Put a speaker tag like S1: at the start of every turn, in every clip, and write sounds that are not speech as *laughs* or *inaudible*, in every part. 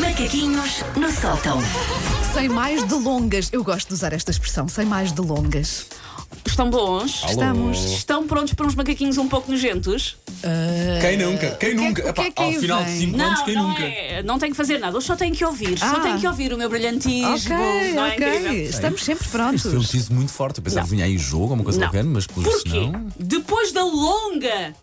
S1: Macaquinhos no sótão.
S2: Sem mais delongas, eu gosto de usar esta expressão, sem mais delongas.
S3: Estão bons?
S4: Alô.
S2: Estamos.
S3: Estão prontos para uns macaquinhos um pouco nojentos?
S4: Quem nunca? Quem
S2: o que é-
S4: nunca?
S2: o que é que
S4: Epá,
S2: aí
S4: ao final
S2: vem?
S4: de 5 anos, quem
S3: não
S4: nunca?
S3: é. Não tenho que fazer nada. Eu só tenho que ouvir.
S2: Ah.
S3: Só tenho que ouvir o meu brilhantismo.
S2: Ok,
S3: Não é
S2: ok,
S3: incrível?
S2: estamos sempre
S4: Foi um
S2: prontos.
S4: teaser muito forte. Eu pensava que vinha aí jogo, alguma coisa
S3: Não.
S4: bacana, mas pelo visto
S3: Porquê?
S4: não.
S3: Depois da longa.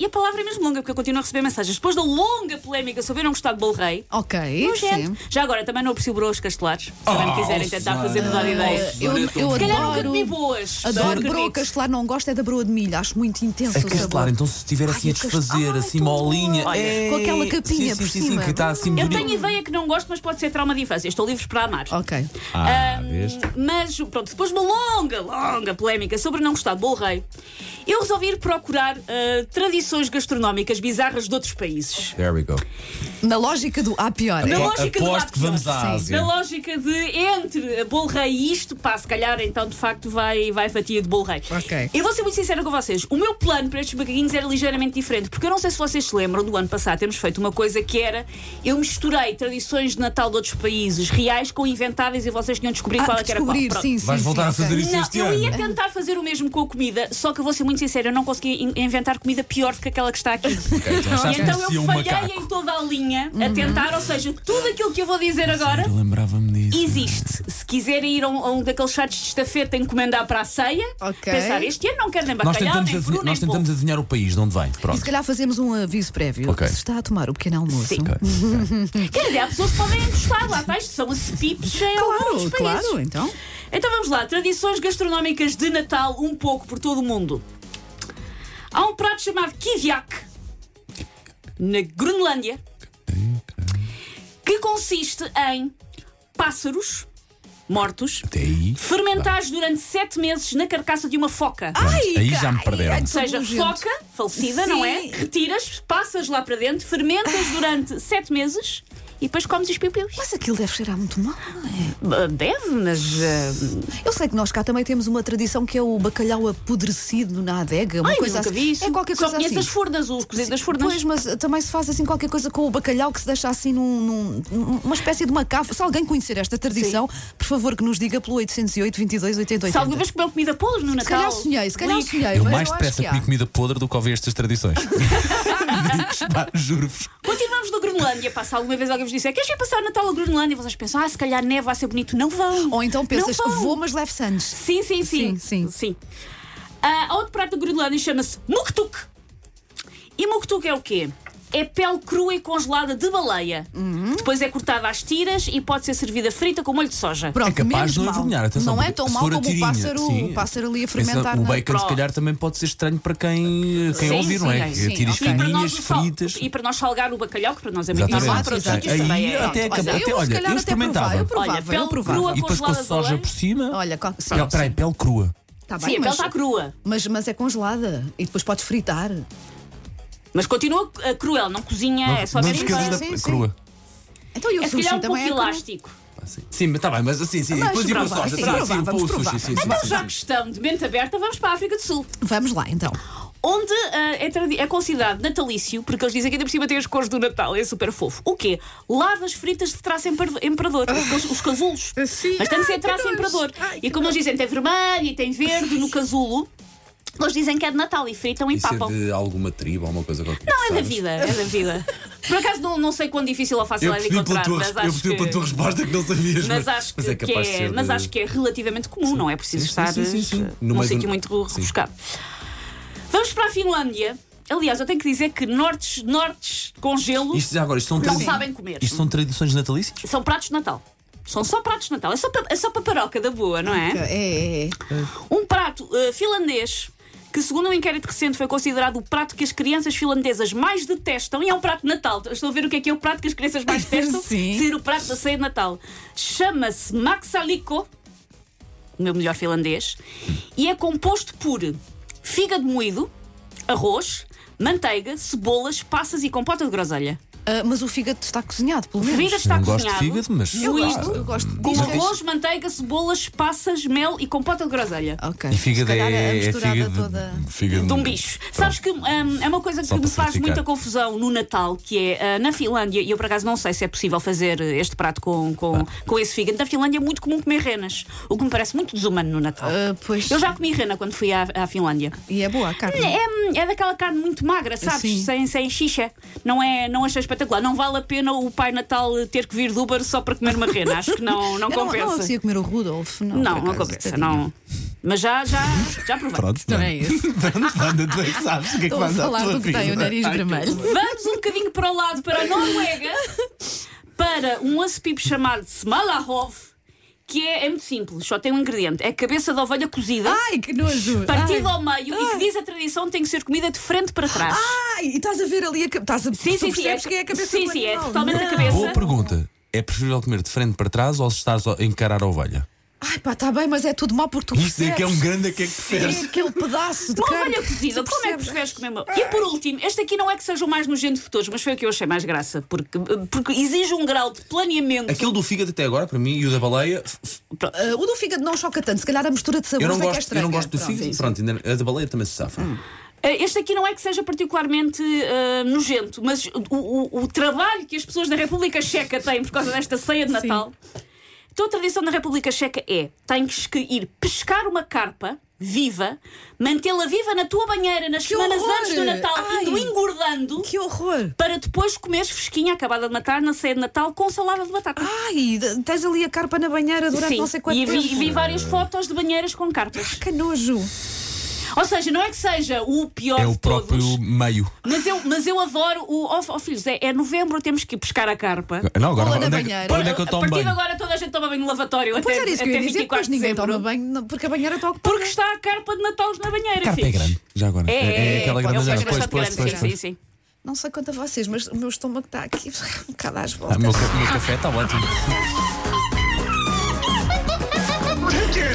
S3: E a palavra é mesmo longa, porque eu continuo a receber mensagens. Depois da longa polémica sobre eu não gostar de Bolo Rei.
S2: Ok, sim.
S3: nojento. Já agora, também não aprecio broas castelares. Se também me
S4: Oh,
S3: quiserem tentar
S4: Susana.
S3: fazer mudar de ideia.
S2: Ah, Eu, eu
S3: Se calhar nunca comi
S2: adoro.
S3: boas.
S2: Adoro
S3: Não
S2: broa
S3: acredito.
S2: castelar, não gosto é da broa de milho, acho muito intenso
S4: A
S2: o sabor.
S4: castelar, então se estiver assim a
S2: o cas-
S4: desfazer,
S2: Ai,
S4: assim
S2: tão
S4: molinha.
S2: bom. Olha,
S4: é-
S2: com aquela capinha
S4: sim, sim,
S2: por
S4: sim,
S2: cima.
S4: Sim, que está assim
S3: Eu
S4: bonito.
S3: tenho ideia que não gosto, mas pode ser trauma de infância. Estou livre para amar.
S2: Ok.
S4: Ah,
S3: Ahm,
S4: vês?
S3: Hum, mas pronto, depois de uma longa, longa polémica sobre não gostar de bolo rei, eu resolvi ir procurar ah, tradições gastronómicas bizarras de outros países.
S4: There we go.
S2: Na lógica do há pior. É.
S3: Na
S4: Apo-
S3: lógica do
S4: aposto
S3: Bacchus.
S4: que vamos à
S3: Sim.
S4: Ásia.
S3: Na lógica de entre bolo rei e isto, pá, se calhar então de facto vai, vai fatia de bolo rei.
S2: Ok.
S3: Eu vou ser muito sincera com vocês. O meu plano para estes macaquinhos era ligeiramente diferente, porque eu não sei se vocês se lembram do ano passado termos feito uma coisa que era eu misturei tradições de Natal de outros países reais com inventadas e vocês tinham de descobrir
S2: Ah,
S3: qual é que era qual.
S2: descobrir,
S3: Pronto.
S2: sim, sim.
S4: Vais
S2: sim,
S4: voltar a
S2: ok.
S4: fazer isso
S3: Não,
S4: este
S3: eu
S4: ano.
S3: ia tentar fazer o mesmo com a comida, só que eu vou ser muito sincera, eu não consegui in- inventar comida pior do que aquela que está aqui.
S4: *laughs* então achaste
S3: E então
S4: que
S3: eu
S4: parecia um
S3: falhei
S4: macaco.
S3: em toda a linha a
S2: Uhum.
S3: tentar, ou seja, tudo aquilo que eu vou dizer agora
S4: Eu lembrava-me disso.
S3: existe. Se quiserem ir a um, a um daqueles chats de estafeta encomendar para a ceia,
S2: Ok.
S3: pensar, este ano não quero nem
S4: Nós
S3: bacalhau,
S4: tentamos,
S3: nem peru,
S4: adivinhar,
S3: nem
S4: nós tentamos
S3: polvo.
S4: adivinhar o país de onde vem.
S2: E
S4: Pronto.
S2: se calhar fazemos um aviso prévio.
S4: Ok.
S2: Se está a tomar o pequeno almoço.
S3: Sim.
S4: Ok, ok.
S3: Quer dizer, há pessoas que podem gostar lá, tais são é as pips em alguns
S2: Claro,
S3: países.
S2: claro, então.
S3: Então vamos lá, tradições gastronómicas de Natal um pouco por todo o mundo. Há um prato chamado kiviak na Groenlândia que consiste em pássaros mortos
S4: Até aí.
S3: fermentados
S2: Tá.
S3: durante sete meses na carcaça de uma foca.
S4: Aí já me perderam.
S2: Ai,
S3: Ou seja,
S2: tudo Ah, nojento.
S3: foca, falecida,
S2: Sim. Ah.
S3: não é? Retiras, passas lá para dentro, fermentas durante sete meses e depois comes os piu-pius.
S2: Mas aquilo deve cheirar muito mal, não é?
S3: Ah, Deve, mas.
S2: eh,
S3: ah,
S2: Eu sei que nós cá também temos uma tradição que é o bacalhau apodrecido na adega, uma
S3: Ai,
S2: coisa
S3: nunca
S2: assim.
S3: vi isso.
S2: É qualquer
S3: Só
S2: coisa
S3: conheço
S2: assim.
S3: as furnas, os cozidos das furnas.
S2: Pois, mas eh, também se faz assim qualquer coisa com o bacalhau que se deixa assim num, num- num- uma espécie de uma cava. Se alguém conhecer esta tradição, por favor que nos diga pelo 808 22 88.
S3: Se alguma vez comeu comida podre no
S2: Se
S3: Natal.
S2: calhar sonhei, se calhar
S3: Ligue.
S2: sonhei,
S4: Eu
S2: mas
S4: mais
S2: eu acho
S4: depressa
S2: que há.
S4: comi comida podre do que ouvi
S2: *laughs*
S4: estas tradições. Digo-vos, pá, Juro-vos.
S3: Continuamos da Groenlândia. Passa alguma vez alguém vos disse: Queres ir passar o Natal a Groenlândia? E vocês pensam: Ah, se calhar neve vai ser bonito. Não vão.
S2: Ou então pensas,
S3: Não vão.
S2: vou, mas leve sandes.
S3: Sim, sim, sim.
S2: Sim, sim.
S3: Ah, há outro prato da Groenlândia chama-se muktuk. E muktuk é o quê? É pele crua e congelada de baleia.
S2: Uhum.
S3: Depois é cortada às tiras e pode ser servida frita com molho de soja.
S2: Pronto,
S4: É capaz
S2: menos
S4: de não
S2: mal.
S4: envergonhar, atenção.
S2: Não é
S4: porque
S2: tão
S4: se
S2: mal
S4: for a
S2: como o
S4: tirinha,
S2: pássaro,
S4: sim.
S2: o pássaro ali a
S4: Pensa,
S2: fermentar. é?
S4: O
S2: na-
S4: bacon, se
S3: Pronto.
S4: calhar, também pode ser estranho para quem, quem
S3: Sim,
S4: ouvir, não é?
S2: sim, sim,
S4: Tiras
S2: ok.
S3: para
S4: fininhas,
S3: nós o sal-
S4: fritas.
S3: E para nós salgar o bacalhau, que para nós é muito
S4: Exatamente.
S3: normal, para os
S2: Exato,
S3: outros
S2: exato.
S3: também
S4: Aí
S3: é.
S4: até
S3: Pronto,
S2: Olha,
S4: acaba- até-
S2: eu, se
S4: olha,
S2: calhar
S4: eu
S2: até provava,
S4: experimentava. É,
S2: eu
S3: Olha,
S2: provava,
S3: pele
S2: eu provava.
S3: crua.
S4: E depois com a
S3: congelada
S4: soja
S3: baleia.
S4: por cima.
S2: Olha, co- sim,
S4: Pele-
S2: sim.
S4: Peraí, pele crua.
S2: Tá
S3: Sim,
S2: bem,
S3: a pele
S2: mas,
S3: está crua.
S2: mas, mas é congelada e depois podes fritar.
S3: Mas continua uh, cruel, não cozinha, é só
S4: não
S3: mesmo-
S4: esqueças da
S2: Sim, sim.
S4: crua.
S2: Então eu
S3: É se calhar um pouco elástico.
S4: Pá, Sim, Sim, mas está bem, mas assim, sim,
S2: Mas
S4: depois ir para a
S2: provar,
S4: soja.
S2: sim,
S4: será?
S2: provar,
S4: Sim, para
S2: vamos
S4: o
S2: provar.
S4: sushi. Sim,
S3: Então,
S4: sim,
S3: já
S4: sim.
S3: que estamos de mente aberta, vamos para a África do Sul.
S2: Vamos lá então.
S3: Onde ah, é, tradi- é considerado natalício, porque eles dizem que ainda por cima tem as cores do Natal, é super fofo. O quê? Lavas fritas de traço emper- imperador, os, os casulos.
S2: Ah. Sim.
S3: Mas tem
S2: Ai,
S3: que ser
S2: que
S3: traço
S2: nojo.
S3: imperador.
S2: Ai,
S3: E como eles dizem, tem vermelho e tem verde no casulo, eles dizem que é de Natal e fritam e
S4: Isso é
S3: papam.
S4: de alguma tribo, alguma coisa qualquer.
S3: Não, é da
S4: sabes?
S3: vida, é
S2: *laughs*
S3: da vida. Por acaso não, não sei quão difícil ou fácil
S4: Eu
S3: é de
S4: percebi, pela
S3: encontrar,
S4: tua,
S3: mas
S4: res- eu
S3: acho
S4: percebi pela
S3: que-
S4: tua resposta que não sabias.
S3: Mas acho que,
S4: mas é
S3: que
S4: capaz de
S3: é,
S4: ser
S3: mas
S4: de-
S3: acho que é relativamente comum, não é preciso
S4: Sim,
S3: estar
S4: sim, sim, sim.
S3: eh,
S4: No
S3: num
S4: meio do-
S3: sítio muito
S4: Sim.
S3: rebuscado. Vamos para a Finlândia. Aliás, eu tenho que dizer que nortes, nortes com gelo
S4: Isto já agora, isto são
S3: é não
S4: tradi-
S3: sabem comer.
S4: Isto são tradições natalícias?
S3: São pratos de Natal. São só pratos de Natal. É só, pa- é só paparoca da boa, não é?
S2: É, é, é.
S3: Um prato eh, finlandês que, segundo um inquérito recente, foi considerado o prato que as crianças finlandesas mais detestam e é um prato de Natal. Estão a ver o que é que é o prato que as crianças mais detestam?
S2: Sim.
S3: Ser o prato da ceia de Natal. Chama-se maksaliko, o meu melhor finlandês, e é composto por fígado moído, arroz, manteiga, cebolas, passas e compota de groselha.
S2: Ah, mas o fígado está cozinhado, pelo menos.
S3: Fígado está
S4: não gosto de
S3: cozinhado.
S4: fígado, mas.
S2: Eu
S3: Ui,
S2: gosto, eu gosto.
S3: Com
S2: Diz que-
S3: arroz, manteiga, cebolas, passas, mel e compota de groselha.
S2: Ok.
S4: E fígado
S2: Se calhar
S4: é,
S2: a
S4: é
S2: misturada
S4: fígado,
S2: toda.
S4: fígado
S3: De um bicho. Sabes que hum, é uma coisa
S4: Só
S3: que me
S4: para
S3: faz
S4: certificar.
S3: muita confusão no Natal, que é ah, na Finlândia, e eu por acaso não sei se é possível fazer eh, este prato com, com, com esse fígado. Na Finlândia é muito comum comer renas, o que me parece muito desumano no Natal.
S2: Ah, pois.
S3: Eu já comi rena quando fui à, à Finlândia.
S2: E é boa a carne.
S3: É, é daquela carne muito magra, sabes?
S2: Sim.
S3: Sem, sem xixa. Não, é, não achei espetacular. Não vale a pena o Pai Natal ter que vir de Uber só para comer uma rena. Acho que não,
S2: *laughs*
S3: não
S2: Eu
S3: compensa.
S2: Não, não aprecio comer o Rudolf, não.
S3: Não,
S2: por
S3: não
S2: acaso,
S3: compensa,
S2: tadinho.
S3: não. Mas já, já, já provei.
S4: Pronto,
S2: Não é isso.
S4: *laughs* Pronto, Wanda, tu sabes o que é que
S2: Estou a
S4: vais à
S2: falar
S4: tua
S2: do que tem o
S4: vida.
S2: nariz
S4: Ai, que
S2: vermelho.
S3: Vamos um bocadinho para o lado, para a Noruega, para um azepipo chamado Smalahov, que é, é muito simples, só tem um ingrediente: é a cabeça de ovelha cozida,
S2: Ai, que nojo!
S3: partida
S2: Ai. Ah,
S3: ao meio e que diz a tradição tem que ser comida de frente para trás.
S2: Ai, e estás a ver ali a cabeça. Estás a
S3: Sim,
S2: tu
S3: sim, sim,
S2: percebes
S3: é-
S2: que é a cabeça
S3: sim,
S2: do
S3: sim, é
S2: animal.
S3: totalmente a
S2: Não.
S3: cabeça.
S4: Boa pergunta. É preferível comer de frente para trás ou se estás a encarar a ovelha?
S2: Ai, pá, está bem, mas é tudo mal porque tu
S4: Isto é
S2: percebes.
S4: que é um grande a que é que
S2: É
S4: preferes.
S2: aquele pedaço de
S3: Uma
S2: carne.
S3: ovelha cozida,
S2: Tu
S3: como
S2: percebes?
S3: é que
S2: Ah.
S3: preferes comer uma? E por último, este aqui não é que seja o mais nojento de todos, mas foi o que eu achei mais graça, porque, porque exige um grau de planeamento.
S4: Aquele do fígado até agora, para mim, e o da baleia,
S3: Pronto.
S2: Ah, o do fígado não choca tanto, se calhar a mistura de sabores é
S4: eu não,
S2: que é
S4: gosto,
S2: estranha.
S4: eu não gosto do
S2: Pronto.
S4: fígado. Pronto, ainda- a da baleia também se safa.
S3: Eh, Este aqui não é que seja particularmente eh, nojento, mas o, o- o trabalho que as pessoas da República Checa têm por causa desta ceia de Natal. Então a tradição da República Checa é: tens que ir pescar uma carpa viva, mantê-la viva na tua banheira nas
S2: Que
S3: semanas
S2: horror!
S3: antes do Natal,
S2: Ai!
S3: indo engordando.
S2: Que horror!
S3: Para depois comeres fresquinha, acabada de matar, na ceia de Natal, com salada de batata.
S2: Ai, de- tens ali a carpa na banheira durante
S3: Sim,
S2: Ah, não sei quanto
S3: e vi,
S2: tempo.
S3: vi várias fotos de banheiras com carpas.
S2: Que nojo!
S3: Ou seja, não é que seja o pior
S4: É
S3: de
S4: o próprio
S3: todos.
S4: meio.
S3: Mas eu, mas eu adoro o. Oh, oh, filhos, é, é novembro, temos que ir pescar a carpa.
S4: Não,
S2: Ou
S4: agora
S2: na
S4: onde é, que-
S2: banheira.
S4: para onde é que eu
S3: a
S4: tomo
S3: partir de
S4: banho?
S3: agora toda a gente toma banho no lavatório.
S2: Pois
S3: até,
S2: era isso que
S3: até
S2: eu ia dizer,
S3: 24
S2: depois
S3: de
S2: ninguém
S3: dezembro.
S2: toma banho, não, porque a banheira está ocupada.
S3: Porque está a carpa de Natal na banheira.
S4: Carpa é
S3: filhos.
S4: grande, já agora.
S3: É, é,
S4: aquela grande.
S3: é um
S4: já.
S3: peixe
S4: Pois,
S3: bastante
S4: pois,
S3: grande,
S4: pois,
S3: sim,
S4: pois.
S3: sim, sim.
S2: Não sei quanto a vocês, mas o meu estômago está aqui *laughs* um bocado às
S4: Ah,
S2: voltas.
S4: meu, ca- meu café está ótimo.
S5: Take your